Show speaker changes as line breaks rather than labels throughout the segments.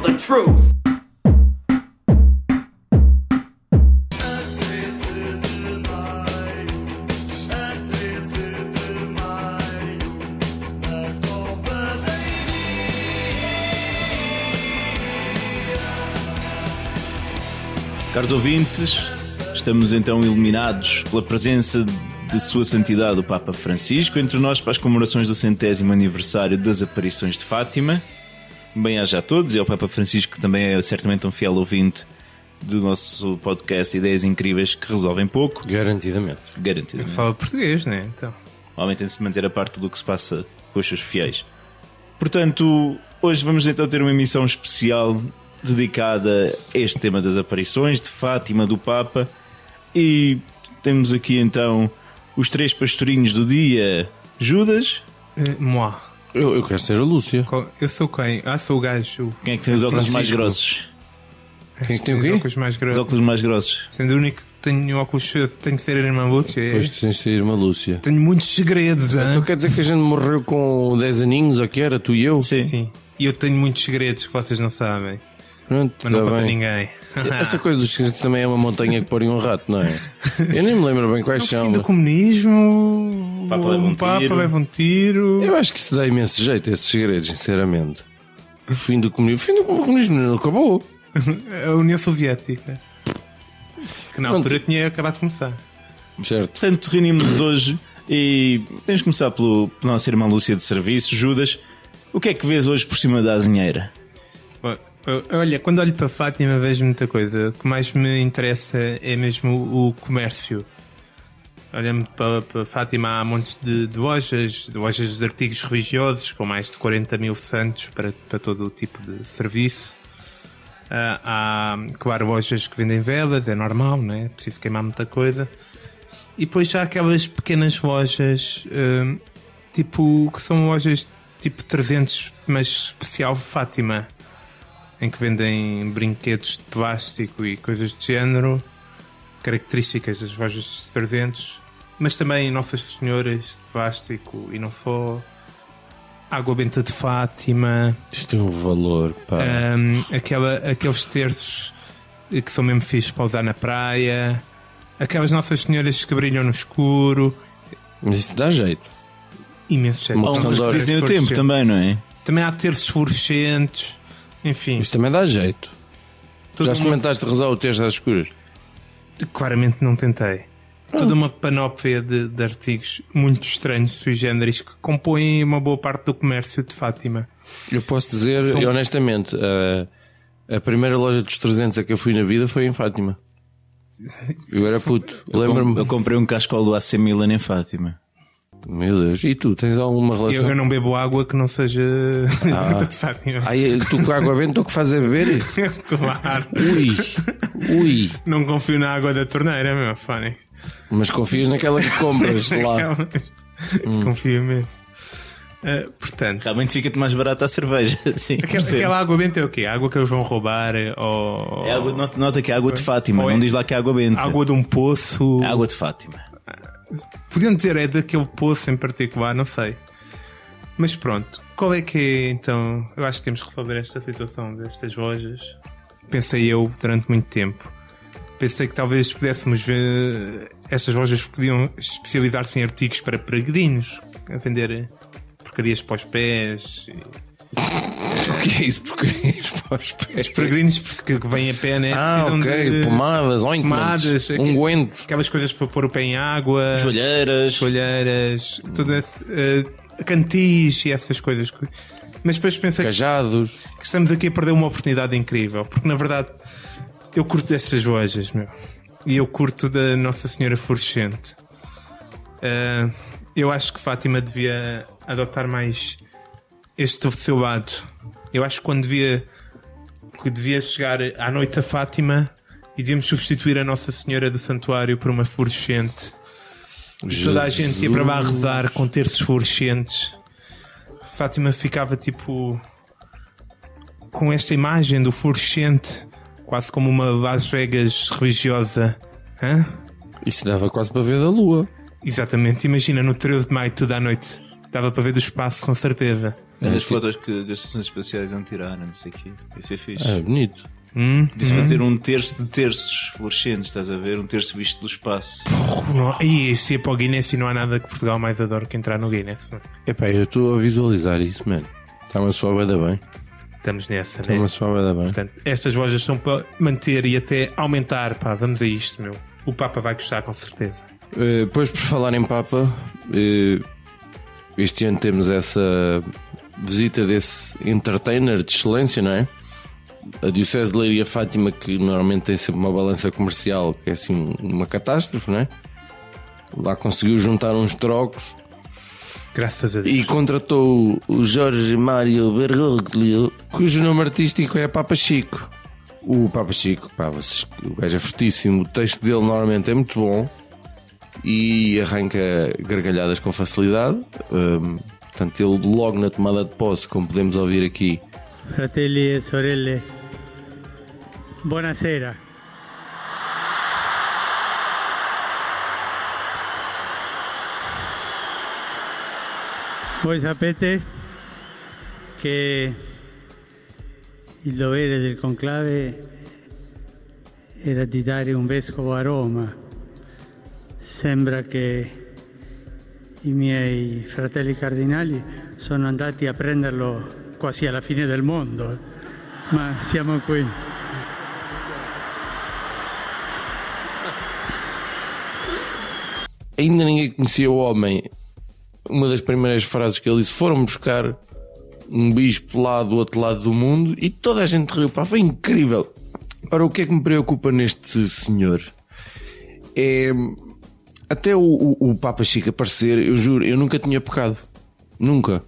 the truth.
Caros ouvintes, estamos então iluminados pela presença de Sua Santidade o Papa Francisco entre nós para as comemorações do centésimo aniversário das aparições de Fátima. Bem-aja a todos e ao Papa Francisco, que também é certamente um fiel ouvinte do nosso podcast Ideias Incríveis que Resolvem Pouco.
Garantidamente.
Garantido.
Fala português, né? Então.
O homem tem de se manter a parte do que se passa com os seus fiéis. Portanto, hoje vamos então ter uma emissão especial dedicada a este tema das aparições de Fátima, do Papa. E temos aqui então os três pastorinhos do dia: Judas.
Eh, Moi.
Eu, eu quero ser a Lúcia.
Qual- Eu sou quem? Ah, sou o gajo. o-
Quem é que tem os óculos mais
Francisco.
grossos?
Quem é que tem o
Os
quê?
óculos mais
Os
grossos.
óculos mais grossos.
Sendo o único que tenho um óculos, eu tenho de ser a irmã Lúcia. é.
Depois tu tens de ser uma Lúcia.
Tenho muitos segredos,
Então
hã?
quer dizer que a gente morreu com 10 aninhos, ou que era, tu e eu?
Sim.
Sim. E eu tenho muitos segredos que vocês não sabem.
Pronto,
Mas não
tá
conta
bem.
ninguém.
Essa coisa dos segredos também é uma montanha que põe um rato, não é? Eu nem me lembro bem quais
No
são.
fim do comunismo, o
Papa leva um
Papa
tiro.
leva um tiro.
Eu acho que se dá imenso jeito a esses segredos, sinceramente. O fim do comunismo. O fim do comunismo não acabou.
A União Soviética. Que na altura tinha acabado de começar.
Certo.
Portanto, reunimos-nos hoje e temos de começar pelo, pela nossa irmã Lúcia de Serviço, Judas. O que é que vês hoje por cima da azinheira?
Bom, eu- Olha, quando olho para Fátima vejo muita coisa. O que mais me interessa é mesmo o- o comércio. Olhando para, para Fátima há montes de, de lojas, de lojas dos artigos religiosos, com mais de 40 mil santos para, para todo o tipo de serviço. Ah, há, claro, lojas que vendem velas, é normal, não é? Preciso queimar muita coisa. E depois há aquelas pequenas lojas, hum, tipo, que são lojas tipo 300, mas especial Fátima em que vendem brinquedos de plástico e coisas de género, características das lojas de serventes, mas também Nossas Senhoras de plástico e não só. Água Benta de Fátima,
Isto tem um valor, pá.
hum, aquela, aqueles terços que são mesmo fixos para usar na praia, aquelas Nossas Senhoras que brilham no escuro,
Mas isso dá jeito.
imenso
Uma
jeito.
questão de
Mas
horas.
dizem o tempo também, não é?
Também há terços fluorescentes, enfim.
Isso também dá jeito.
toda
Já
uma-
experimentaste rezar o texto às escuras?
Claramente não tentei. Toda uma panóplia de, de artigos muito estranhos, sui generis, que compõem uma boa parte do comércio de Fátima.
Eu posso dizer,
São-
e honestamente, a, a primeira loja dos 300 a que eu fui na vida foi em Fátima. Eu era puto,
Eu
lembro-me.
comprei um cascol do AC Milan em Fátima.
Meu Deus, e tu tens alguma
Eu,
relação?
eu não bebo água que não seja
Ah.
de Fátima.
Ai, tu com a água benta, o que fazes a beber?
Claro.
Ui, ui.
Não confio na água da torneira, meu Fónix.
Mas confias naquela que compras lá.
Hum.
Confio imenso. Ah, portanto,
Realmente fica-te mais barata a cerveja. Sim,
aquela,
percebo.
aquela água benta é o quê? A água que eles vão roubar? eh, Ou
É água- nota, nota que é água de Fátima,
Ou é-
não diz lá que é água benta.
água de um poço?
É água de Fátima.
Podiam dizer é daquele poço em particular, não sei. Mas pronto, qual é que é então? Eu acho que temos que resolver esta situação destas lojas. Pensei eu durante muito tempo. Pensei que talvez pudéssemos ver. Estas lojas podiam especializar-se em artigos para peregrinos, a vender eh, porcarias para os pés. e-
O que é isso? Porcarias para os pés.
Peregrinos porque que vêm a pé, né?
Ah,
Precisam
ok.
de-
Pomadas, ointments,
pomadas, aqu-
ungüentos.
Aquelas coisas para pôr o pé em água.
Joalheiras.
olheiras, tudo esse, eh, cantis e essas coisas. que- Mas depois pensei que,
Cajados.
que estamos aqui a perder uma oportunidade incrível, porque na verdade eu curto destas lojas, meu. E eu curto da Nossa Senhora Fluorescente. Eh, eu acho que Fátima devia adotar mais este seu lado. Eu acho que quando devia que devia chegar à noite a Fátima e devíamos substituir a Nossa Senhora do Santuário por uma fluorescente toda a gente ia para lá rezar com terços fluorescentes. Fátima ficava tipo com esta imagem do fluorescente, quase como uma Las Vegas religiosa. Hã?
Isso dava quase para ver da lua.
Exatamente, imagina no 13 de maio, toda a noite. Dava para ver do espaço, com certeza.
As
tipo-
fotos que as estações espaciais iam tirar, não sei o quê. Isso é fixe.
É bonito.
Hum?
Disse fazer um terço de terços fluorescentes, estás a ver? Um terço visto do espaço.
Não, e se é para o Guinness e não há nada que Portugal mais adora que entrar no Guinness. não é?
Epá, eu estou a visualizar isso, mano. Está-me a soar bué da bem.
Estamos nessa, né?
Está-me a soar bué da bem.
Portanto, estas lojas são para manter e até aumentar. Pá, vamos a isto, meu. O Papa vai gostar, com certeza.
Eh, Pois, por falar em Papa, eh, este ano temos essa visita desse entertainer de excelência, não é? A Diocese de Leiria Fátima, que normalmente tem sempre uma balança comercial que é assim uma catástrofe, não é? Lá conseguiu juntar uns trocos
Graças a Deus.
e contratou o Jorge Mário Bergoglio, cujo nome artístico é Papa Chico. O Papa Chico, pá, vocês- o gajo é fortíssimo, o texto dele normalmente é muito bom e arranca gargalhadas com facilidade. Hum, portanto, ele logo na tomada de posse, como podemos ouvir aqui,
Fratelli e sorelle, buonasera. Voi sapete che il dovere del conclave era di dare un vescovo a Roma. Sembra che i miei fratelli cardinali sono andati a prenderlo quasi alla fine del mondo, eh. ma siamo qui.
ainda ninguém conhecia o homem. Uma das primeiras frases que ele disse foram buscar um bispo lá do outro lado do mundo e toda a gente riu. Pá, foi incrível. Ora, o que é que me preocupa neste senhor? É. Até o, o- o Papa Chico aparecer, eu juro, eu nunca tinha pecado. Nunca.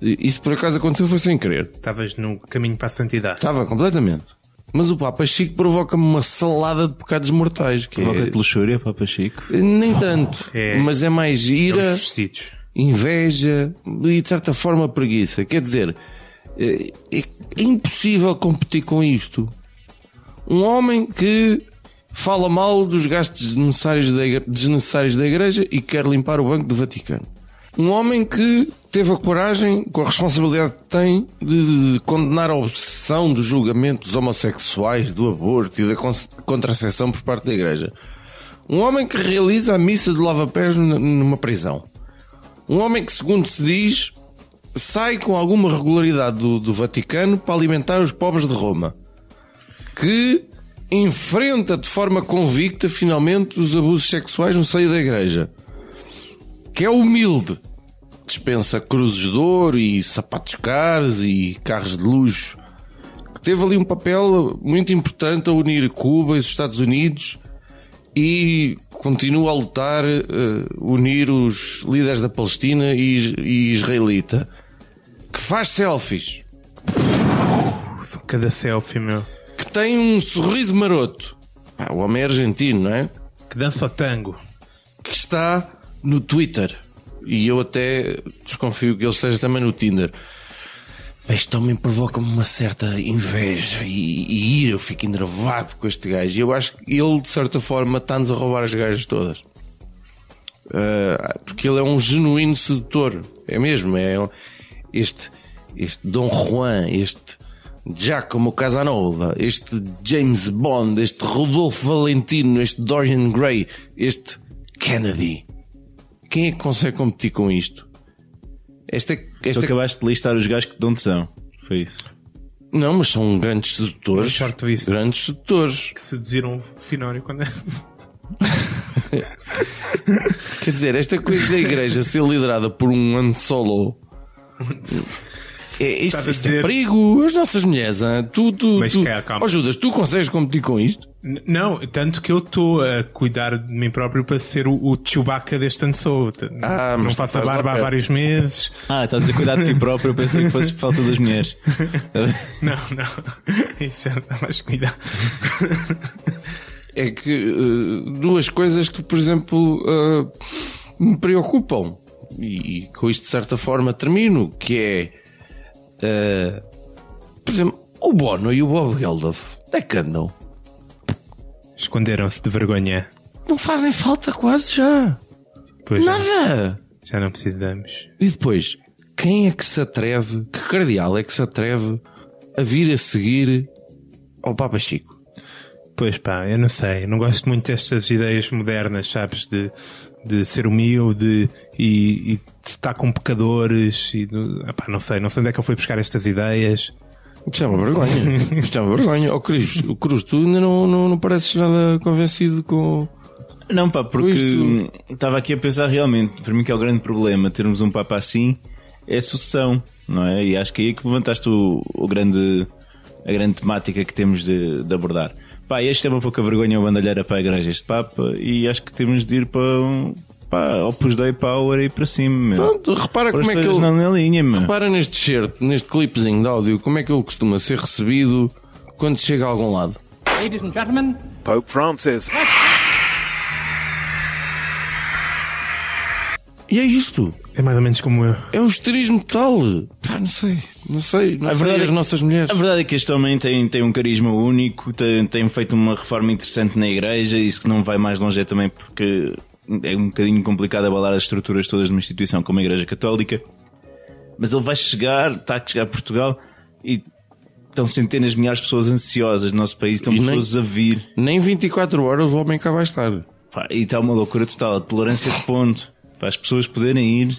E- Isso por acaso aconteceu foi sem querer.
Estavas no caminho para a santidade.
Estava completamente. Mas o Papa Chico provoca-me uma salada de pecados mortais. Que é-
Provoca-te luxúria, Papa Chico.
Nem tanto.
É. um
Mas é mais ira
Estamos vestidos.
inveja e de certa forma preguiça. Quer dizer, é, é impossível competir com isto. Um homem que fala mal dos gastos desnecessários da, igre- desnecessários da igreja e quer limpar o Banco do Vaticano. Um homem que teve a coragem, com a responsabilidade que tem, de condenar a obsessão dos julgamentos homossexuais, do aborto e da con- contracepção por parte da igreja. Um homem que realiza a missa de lava-pés n- numa prisão. Um homem que, segundo se diz, sai com alguma regularidade do, do Vaticano para alimentar os pobres de Roma. Que enfrenta de forma convicta, finalmente, os abusos sexuais no seio da Igreja. Que é humilde. Dispensa cruzes de ouro e sapatos caros e carros de luxo. Que teve ali um papel muito importante a unir Cuba e os Estados Unidos e continua a lutar, eh, unir os líderes da Palestina e, is- e israelita, que faz selfies,
Cada selfie, meu.
que tem um sorriso maroto. Pá, o homem é argentino, não é?
Que dança ao tango.
Que está no Twitter. E eu até desconfio que ele esteja também no Tinder. Pá, Isto também provoca-me uma certa inveja e, e ira. Eu fico enervado com este gajo. E eu acho que ele, de certa forma, está-nos a roubar as gajas todas. Ah, porque ele é um genuíno sedutor. É mesmo. É um- este, este Dom Juan, este Giacomo Casanova, este James Bond, este Rodolfo Valentino, este Dorian Gray, este Kennedy. Quem é que consegue competir com isto? Esta,
Tu
é
esta
acabaste de listar os gajos que dão tesão. Foi isso.
Não, mas são grandes sedutores.
Short twist.
Grandes sedutores.
Que seduziram o Finório quando.
Quer dizer, esta coisa da igreja ser liderada por um Han Solo. É,
Estás
isto
a
isto é
dizer-
perigo. As nossas mulheres, hã? tu, tu,
Mas
tu.
cá, calma.
Oh, Judas, tu consegues competir com isto?
N- Não, tanto que eu estou a cuidar de mim próprio para ser o, o Chewbacca deste ano sou. T-
Ah, mas
Não
tu
faço a
faz lá
barba há
perto.
vários meses.
Ah, estás a cuidar de ti próprio. Eu pensei que fosse por falta das mulheres.
Não, não. Isso já dá mais cuidado.
é que eh, duas coisas que, por exemplo, eh, me preocupam, e, e com isto de certa forma termino, que é, eh, por exemplo, o Bono e o Bob Geldof, onde é que andam?
Esconderam-se de vergonha.
Não fazem falta quase já,
Pois já,
nada.
já não precisamos.
E depois, quem é que se atreve, que cardeal é que se atreve a vir a seguir ao Papa Chico?
Pois pá, eu não sei, eu não gosto muito destas ideias modernas, sabes, de, de ser humilde e, e de estar com pecadores e do, epá, não sei, não sei onde é que ele foi buscar estas ideias.
Isto é uma vergonha. Isto é uma vergonha. Oh, Cruz, o Cruz, tu ainda não, não, não pareces nada convencido com.
Não, pá, porque
Isto-
estava aqui a pensar realmente, para mim que é o grande problema termos um Papa assim, é a sucessão, não é? E acho que é aí que levantaste o, o grande, a grande temática que temos de, de abordar. Pá, este é uma pouca vergonha ou bandalheira para a igreja, este Papa, e acho que temos de ir para um. Pá, Opus Dei Power e para cima, meu.
Pronto, repara
Pôr as
como é que
coisas
ele.
na, na linha, meu.
Repara neste certo, neste clipezinho de áudio, como é que ele costuma ser recebido quando chega a algum lado.
Ladies and gentlemen,
Pope Francis.
E é isto.
É mais ou menos como eu.
É o esterismo total. Pá, não sei. Não sei. Não
A
sei
verdade é
as
que-
nossas mulheres.
A verdade é que este homem tem, tem um carisma único, tem, tem feito uma reforma interessante na igreja, e isso que não vai mais longe é também porque é um bocadinho complicado abalar as estruturas todas de uma instituição como a Igreja Católica. Mas ele vai chegar, está a chegar a Portugal e estão centenas de milhares de pessoas ansiosas no nosso país, estão
E nem-
pessoas a vir.
Nem 24 horas o homem cá vai estar.
Pá, e está uma loucura total, a tolerância de ponto, para as pessoas poderem ir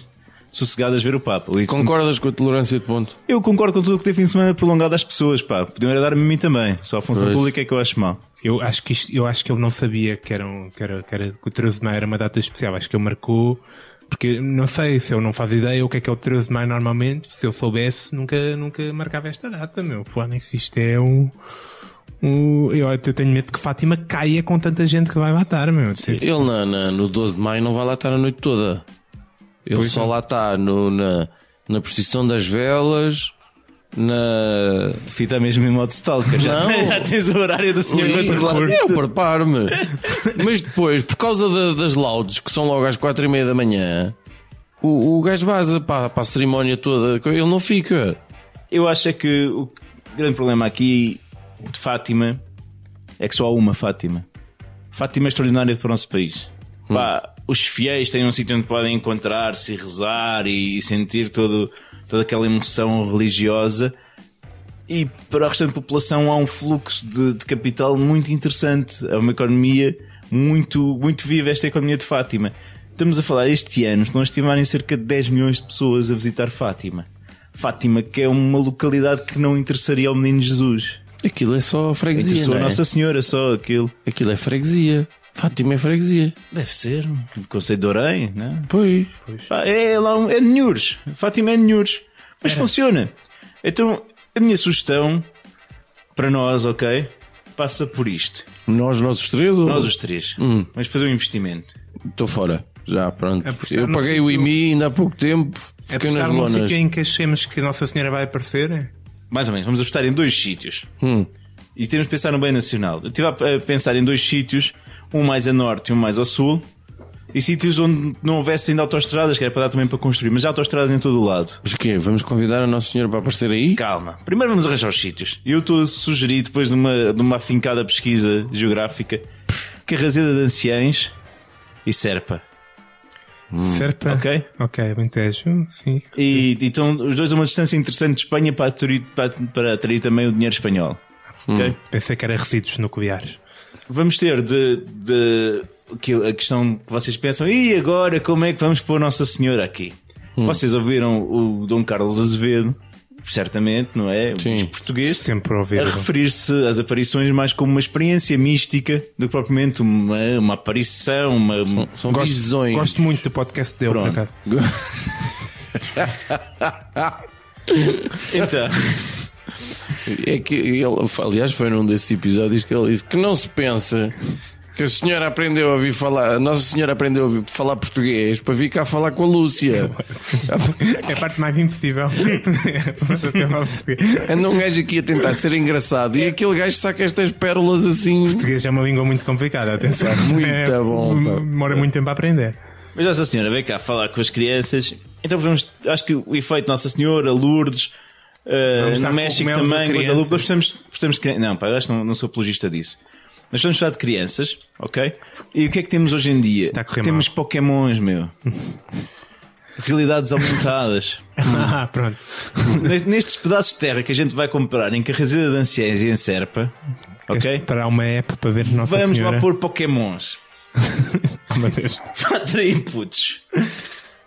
sossegadas ver o Papa. Ali,
Concordas com a tolerância de ponto?
Eu concordo com tudo o que teve fim de semana prolongado às pessoas, pá. Podiam era dar-me a mim também. Só a função
Pois.
pública é que eu acho mal.
Eu acho que, isto, eu acho que ele não sabia que, era um, que, era, que, era, que o 13 de maio era uma data especial. Acho que ele marcou, porque não sei se eu não faço ideia o que é que é o 13 de maio normalmente. Se eu soubesse, nunca, nunca marcava esta data, meu. Fónix, isto é um. um- eu, eu tenho medo que Fátima caia com tanta gente que vai matar, meu. É
Ele na, na- no 12 de maio não vai lá estar a noite toda. Ele
Pois
só
não.
lá está no- na, na procissão das velas, na.
Fita mesmo em modo stalker. Já,
Não.
já tens o horário do senhor controlado.
Eu preparo-me. Mas depois, por causa da- das laudes, que são logo às quatro e meia da manhã, o, o gajo vaza para, para a cerimónia toda. Ele não fica.
Eu acho é que o grande problema aqui de Fátima é que só há uma Fátima. Fátima é extraordinária para o nosso país. Pá, os fiéis têm um sítio onde podem encontrar-se, e rezar e, e sentir todo, toda aquela emoção religiosa. E para a restante população há um fluxo de, de capital muito interessante. É uma economia muito, muito viva, esta é economia de Fátima. Estamos a falar este ano, estão a estimar em cerca de 10 milhões de pessoas a visitar Fátima. Fátima, que é uma localidade que não interessaria ao menino Jesus.
Aquilo é só freguesia.
Interessou
Não
a
é?
Nossa Senhora, só aquilo.
Aquilo é freguesia. Fátima é freguesia.
Deve ser, um Conselho de Orem, né?
Pois.
Pá, É lá, um- é de Nhures. Fátima é de Nhures. Mas funciona. Então, a minha sugestão para nós, ok? Passa por isto.
Nós, nós os três? Ou...
Nós os três. Vamos fazer um investimento.
Estou fora. Já, pronto.
Apostar
Eu
no
paguei o
futuro.
IMI ainda há pouco tempo.
É
Fiquei nas
apostar num
lonas.
sítio em que achemos que Nossa Senhora vai aparecer? é?
Mais ou menos, vamos apostar em dois sítios. E temos de pensar no bem nacional. Eu estive a a pensar em dois sítios, um mais a norte e um mais ao sul. E sítios onde não houvesse ainda autoestradas, que era para dar também para construir, mas já autoestradas em todo o lado.
Mas quê? Vamos convidar a Nosso Senhor para aparecer aí?
Calma, primeiro vamos arranjar os sítios. Eu estou a sugerir, depois de uma, de uma afincada pesquisa geográfica, Carrazeda de Anciães e Serpa.
Serpa?
Hum. Ok.
Ok, Alentejo, sim.
E, e estão os dois a uma distância interessante de Espanha para atrair, para, para atrair também o dinheiro espanhol. Ok?
Pensei que era resíduos nucleares.
Vamos ter de, de que a questão que vocês pensam, e agora como é que vamos pôr Nossa Senhora aqui?
Hum.
Vocês ouviram o Dom Carlos Azevedo, certamente, não é?
Sim.
Um português.
Sempre
a
ouviram.
referir-se às aparições mais como uma experiência mística do que propriamente uma, uma aparição, uma.
São
Gosto,
visões.
gosto muito do podcast dele, por
Pronto.
acaso.
Então,
É que ele, aliás, foi num desses episódios que ele disse que não se pensa que a senhora aprendeu a ouvir falar, a Nossa Senhora aprendeu a ouvir falar português para vir cá falar com a Lúcia.
É a parte mais impossível. português
Anda um gajo aqui a tentar ser engraçado e aquele gajo saca estas pérolas assim.
é uma língua muito complicada, atenção.
Muito
É,
bom, pá.
Demora muito tempo a aprender.
mas Nossa Senhora veio cá falar com as crianças. Então vamos, acho que o efeito Nossa Senhora, Lourdes, eh,
Vamos dar
no México
cogumelos a
também,
crianças.
Guadalupe, nós precisamos, precisamos de crian- Não, pá, eu acho que não, não sou apologista disso. Nós precisamos falar de crianças, ok? E o que é que temos hoje em dia?
Está a correr
temos Pokémons, meu. Realidades aumentadas. Hum.
ah, pronto.
Nes- Nestes pedaços de terra que a gente vai comprar em Carrasida de Anciães e em Serpa,
Queres
ok?
preparar uma app para ver Nossa
Vamos
Senhora?
lá pôr Pokémons.
Ah, meu Deus.
Para atrair putos.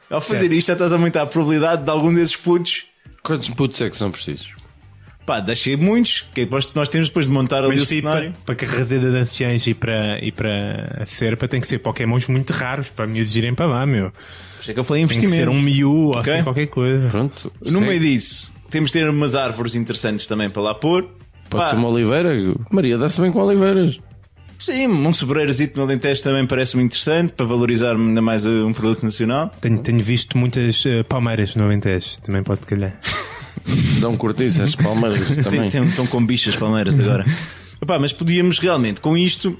Ao fazer
É.
isto, já estás a aumentar a probabilidade de algum desses putos.
Quantos putos é que são precisos?
Pá, deixei muitos, que depois nós temos depois de montar ali o
Mas tipo, sim, para,
cenário.
para Carraseda de Anciãs e para, e para a Serpa tem que ser Pokémons muito raros para miúdos irem para lá, meu.
Por isso é que eu falei
Tem que
investimento.
ser um Mew ou
Ok.
assim qualquer coisa.
Pronto.
No
segue.
meio disso, temos de ter umas árvores interessantes também para lá pôr.
Pode
Pá,
ser uma oliveira. Maria, dá-se bem com oliveiras.
Sim, um sobreirazito no Alentejo também parece-me interessante para valorizar ainda mais uh, um produto nacional.
Tenho, tenho visto muitas eh, palmeiras no Alentejo, também pode calhar.
Dão cortiça às palmas também.
Tem-
um
tem- Estão com bichas palmeiras agora. Epá, mas podíamos realmente, com isto,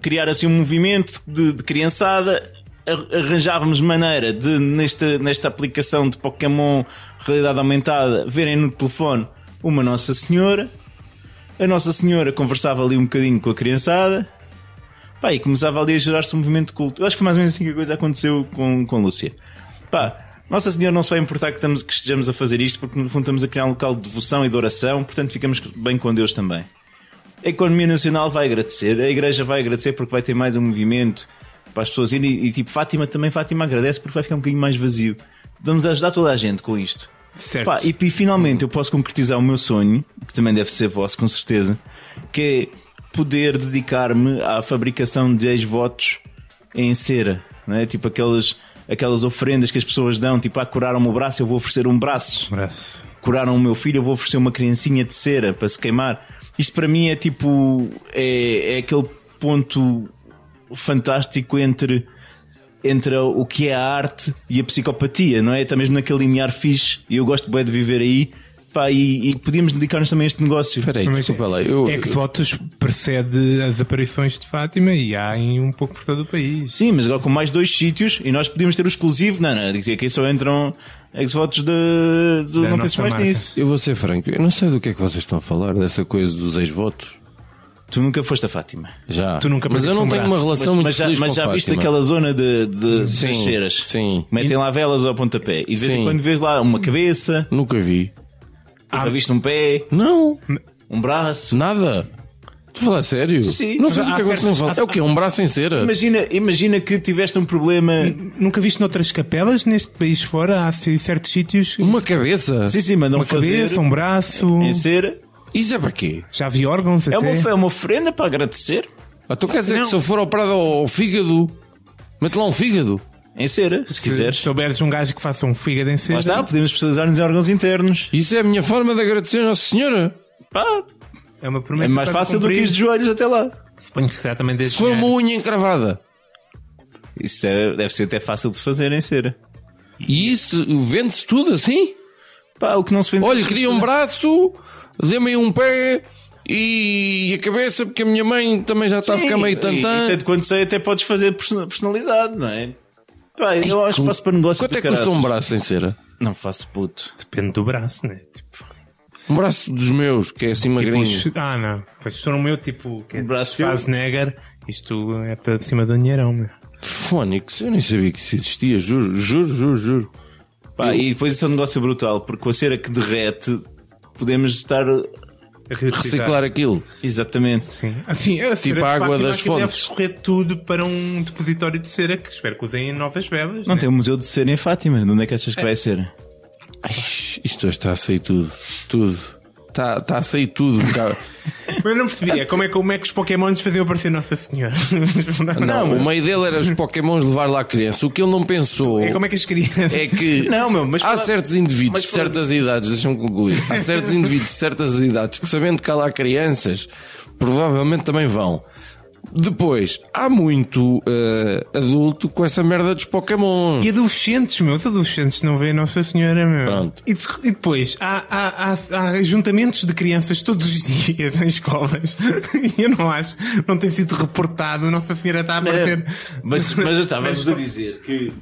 criar assim um movimento de, de criançada. Ar- Arranjávamos maneira de, nesta, nesta aplicação de Pokémon Realidade Aumentada, verem no telefone uma Nossa Senhora. A Nossa Senhora conversava ali um bocadinho com a criançada. Pá, e começava ali a gerar-se um movimento de culto. Eu acho que foi mais ou menos assim que a coisa aconteceu com, com Lúcia. Pá, Nossa Senhora não se vai importar que, estamos, que estejamos a fazer isto, porque no fundo estamos a criar um local de devoção e de oração, portanto ficamos bem com Deus também. A economia nacional vai agradecer, a igreja vai agradecer porque vai ter mais um movimento para as pessoas irem. E, tipo, Fátima também, Fátima agradece porque vai ficar um bocadinho mais vazio. Vamos ajudar toda a gente com isto.
Certo.
Pá, e, e finalmente eu posso concretizar o meu sonho, que também deve ser vosso, com certeza, que é poder dedicar-me à fabricação de ex-votos em cera, não é? tipo aquelas, aquelas ofrendas que as pessoas dão, tipo, ah, curaram-me o braço, eu vou oferecer um braço
Um abraço.
curaram o meu filho, eu vou oferecer uma criancinha de cera para se queimar. Isto para mim é tipo. É, é aquele ponto fantástico entre, entre o que é a arte e a psicopatia, não é? Está mesmo naquele limiar fixe e eu gosto bem de viver aí. Pá, e, e podíamos dedicar-nos também a este negócio.
Espera aí,
Mas
desculpa lá. Eu,
é que votos precede as aparições de Fátima e há em um pouco por todo o país.
Sim, mas agora com mais dois sítios e nós podíamos ter o exclusivo. Não, não, aqui só entram ex-votos de. de-
Da
não
nossa
penses mais
marca.
nisso.
eu vou ser franco. Eu não sei do que é que vocês estão a falar, dessa coisa dos ex-votos.
Tu nunca foste a Fátima.
Já.
Tu nunca
mas eu não
perdeste um
tenho uma
braço.
relação muito
mas já,
feliz
mas
com
já
a
viste
Fátima.
aquela zona de, de, de
Sim,
trincheiras?
sim.
Metem lá velas ao pontapé e de vez em
Sim.
quando vês lá uma cabeça,
Nunca vi.
Ah.
já viste um pé,
Não,
um braço.
nada. Estou a falar sério.
sim.
Não sei
Mas
do
há
que é que vocês estão a
certas-
falar. É o quê? Um braço em cera?
Imagina, imagina que tiveste um problema.
Nunca viste noutras capelas neste país fora? Há c- certos sítios.
Uma cabeça?
Sim, sim, mandam
Uma
fazer
cabeça, um braço.
em cera.
Isso é para quê?
Já vi órgãos
É
até.
uma, é uma oferenda para agradecer
Ah, tu quer dizer
Não.
que se eu for operado ao, ao fígado, mete lá um fígado.
em cera, se,
Se
quiseres.
souberes um gajo que faça um fígado em
Lá
cera.
está, podemos especializar-nos em órgãos internos.
Isso é a minha forma de agradecer a Nossa Senhora.
Pá,
É uma
é
promessa.
mais
para
fácil do que
cumprir.
ir de joelhos até lá.
Suponho que será também
Se
desde.
for
É.
uma unha encravada.
Isso é- deve ser até fácil de fazer em cera.
E isso vende-se tudo assim?
Pá, o que não se vende.
Olha, queria um braço, dê-me um pé e a cabeça, porque a minha mãe também já está a ficar meio
E, e
tantã.
tanto quanto sei, até podes fazer person- personalizado, não é? Pá, eu acho que passo para negócio
Quanto
do
é que custa
caraças.
um braço em cera?
Não faço puto.
Depende do braço, né? Tipo,
Um braço dos meus, que é assim magrinho.
os- Ah, não. Pois se for o meu tipo. Que é
Um braço teu.
Schwarzenegger, isto é para cima do dinheirão, meu.
Fónicos, eu nem sabia que isso existia, juro, juro, juro, juro.
Pá, e depois isso é um negócio brutal, porque com a cera que derrete, podemos estar.
Reciclar aquilo.
Exatamente.
Sim. Assim, a cera de
É, a água
Fátima
das
que deve
fontes.
escorrer tudo para um depositório de cera que espero que usem em novas velas.
Não
né?
tem um museu de cera em Fátima. De onde é que achas que vai ser?
Ai, isto hoje está a sair tudo, tudo. Está, está a sair tudo. um cara.
Mas eu não percebia como é, que- como é que os Pokémons faziam aparecer Nossa Senhora.
Não, o meio dele era os Pokémons levar lá a criança. O que ele não pensou
É como é que as crianças.
é que
Não, meu, mas
há
fala-
certos indivíduos
mas
de
fala-
certas idades, deixa-me concluir. Há certos indivíduos de certas idades que, sabendo que há lá crianças, provavelmente também vão. Depois, há muito eh, adulto com essa merda dos Pokémons.
E adolescentes, meu, os adolescentes não veem Nossa Senhora, meu.
Pronto.
E, de- e depois, há, há, há, há juntamentos de crianças todos os dias em escolas. E eu não acho, não tem sido reportado, Nossa Senhora está a
É,
aparecer.
Mas, mas já estávamos a dizer que.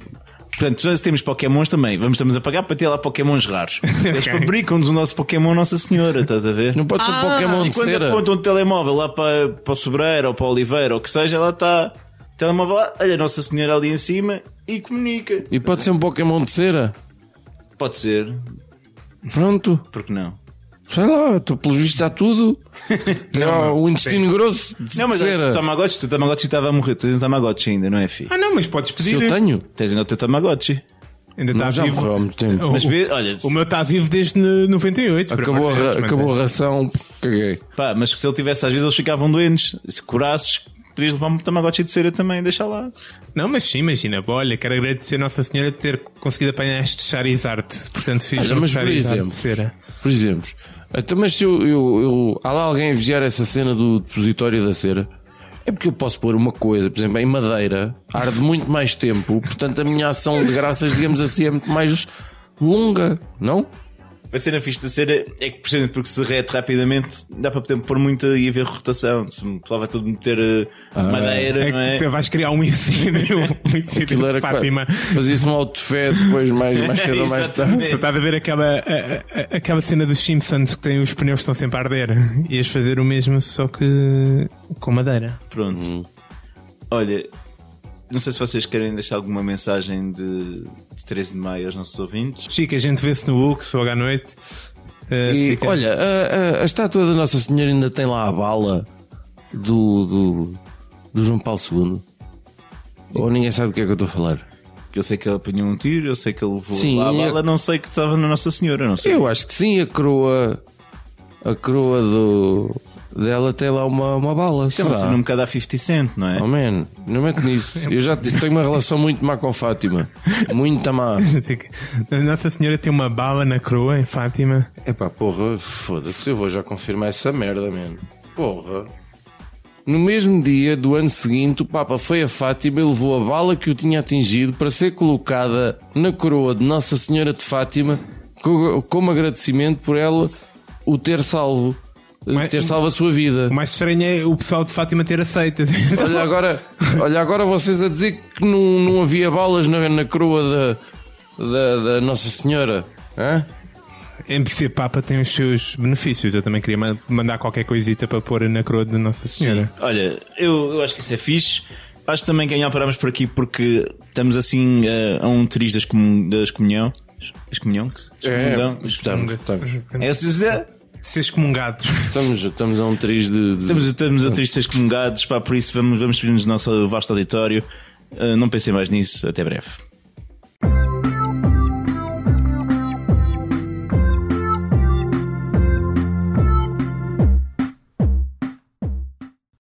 Portanto, já temos Pokémons também. Vamos, estamos a pagar para ter lá Pokémons raros. Eles
Ok.
fabricam-nos o nosso Pokémon Nossa Senhora, estás a ver?
Não pode ser um
Ah,
Pokémon
E
de
quando
cera.
apontam um telemóvel lá para, para o Sobreira ou para o Oliveira ou o que seja, ela está. telemóvel lá, olha a Nossa Senhora ali em cima e comunica.
E pode ser um Pokémon de cera.
Pode ser,
Pronto.
porque não?
Sei lá, tu pelo visto há tudo. não, o intestino grosso de
Não, mas olha,
cera.
o Tamagotchi, tu tá Tamagotchi estava a morrer, tu tens um Tamagotchi ainda, não é, filho?
Ah, não, mas podes
Se
pedir.
eu tenho,
Tens ainda o teu Tamagotchi.
Ainda está
tá
não, já
vivo. Oh,
morreu há muito tempo.
O-
Mas
o-
vê, olha, se-
O meu está vivo desde no- 98. por
Acabou a,
amor de
ra-
Deus, mano.
acabou a
é.
ração, caguei.
pá, mas se ele tivesse, às vezes eles ficavam doentes. Se curasses, podias levar um Tamagotchi de cera também, deixa lá.
é. Não, mas sim, imagina. Bom, Olha, quero agradecer a Nossa Senhora de ter conseguido apanhar este Charizard. Portanto, fiz
Olha,
um
mas por
Charizard
exemplo,
de é? cera.
por exemplo, então, mas se eu, eu, eu- há lá alguém a vigiar essa cena do depositório da cera, é porque eu posso pôr uma coisa, por exemplo, em madeira, arde muito mais tempo, portanto a minha ação de graças, digamos assim, é muito mais longa, não?
A cena fixe da cera é que, por exemplo, porque se derrete rapidamente, dá para portanto, pôr muita e haver rotação. Se me falava tudo meter eh, madeira, não
É
é?
que tu vais criar um incêndio, um
Aquilo
incêndio
era
de Fátima.
quase- Fazia-se um autofé depois, mais, mais cedo ou mais tarde.
Exatamente.
Só estás a ver aquela, a- a- aquela cena dos Simpsons que tem os pneus que estão sempre a arder. Ias fazer o mesmo, só que com madeira.
Pronto.
Uhum.
Olha, não sei se vocês querem deixar alguma mensagem de, de 13 de maio aos nossos ouvintes.
Chico, a gente vê-se no Lux logo à noite. Eh,
E
fica-
olha, a, a- a estátua da Nossa Senhora ainda tem lá a bala do, do, do João Paulo II. Ou ninguém sabe do que é que eu estou a falar.
Que eu sei que ele apanhou um tiro, eu sei que ele levou
Sim,
lá a
eu-
bala, não sei que estava na Nossa Senhora, não sei.
Eu acho que sim, a coroa. A coroa do, dela tem lá uma, uma bala.
Isto é uma
será?
cena um bocado a 50 Cent, não é?
Oh man, não mete nisso. Eu já te disse, tenho uma relação muito má com Fátima. Muito má.
Fica- A Nossa Senhora tem uma bala na coroa em Fátima.
Epá, porra, foda-se, eu vou já confirmar essa merda, mano. Porra. No mesmo dia do ano seguinte, o Papa foi a Fátima e levou a bala que o tinha atingido para ser colocada na coroa de Nossa Senhora de Fátima co- como agradecimento por ela o ter salvo. eh,
Mas-
ter salvo a sua vida.
O mais estranho é o pessoal de Fátima ter aceito.
Olha agora, olha agora vocês a dizer que não, não havia balas na, na coroa da, da, da Nossa Senhora. Hã?
Em ser Papa tem os seus benefícios. Eu também queria ma- mandar qualquer coisita para pôr na coroa de Nossa Senhora.
Olha, eu, eu acho que isso é fixe. Acho também que ainda parámos por aqui porque estamos assim eh, a um triz das, comun, das comunhão. As comunhão?
É,
Comungão?
estamos, estamos,
É,
Temos
se José?
de ser excomungados.
estamos, estamos a um triz de, de-
Estamos, estamos a tristes Ah, comungados, pá, por isso vamos, vamos subir-nos no nosso vasto auditório. Eh, não pensei mais nisso, até breve.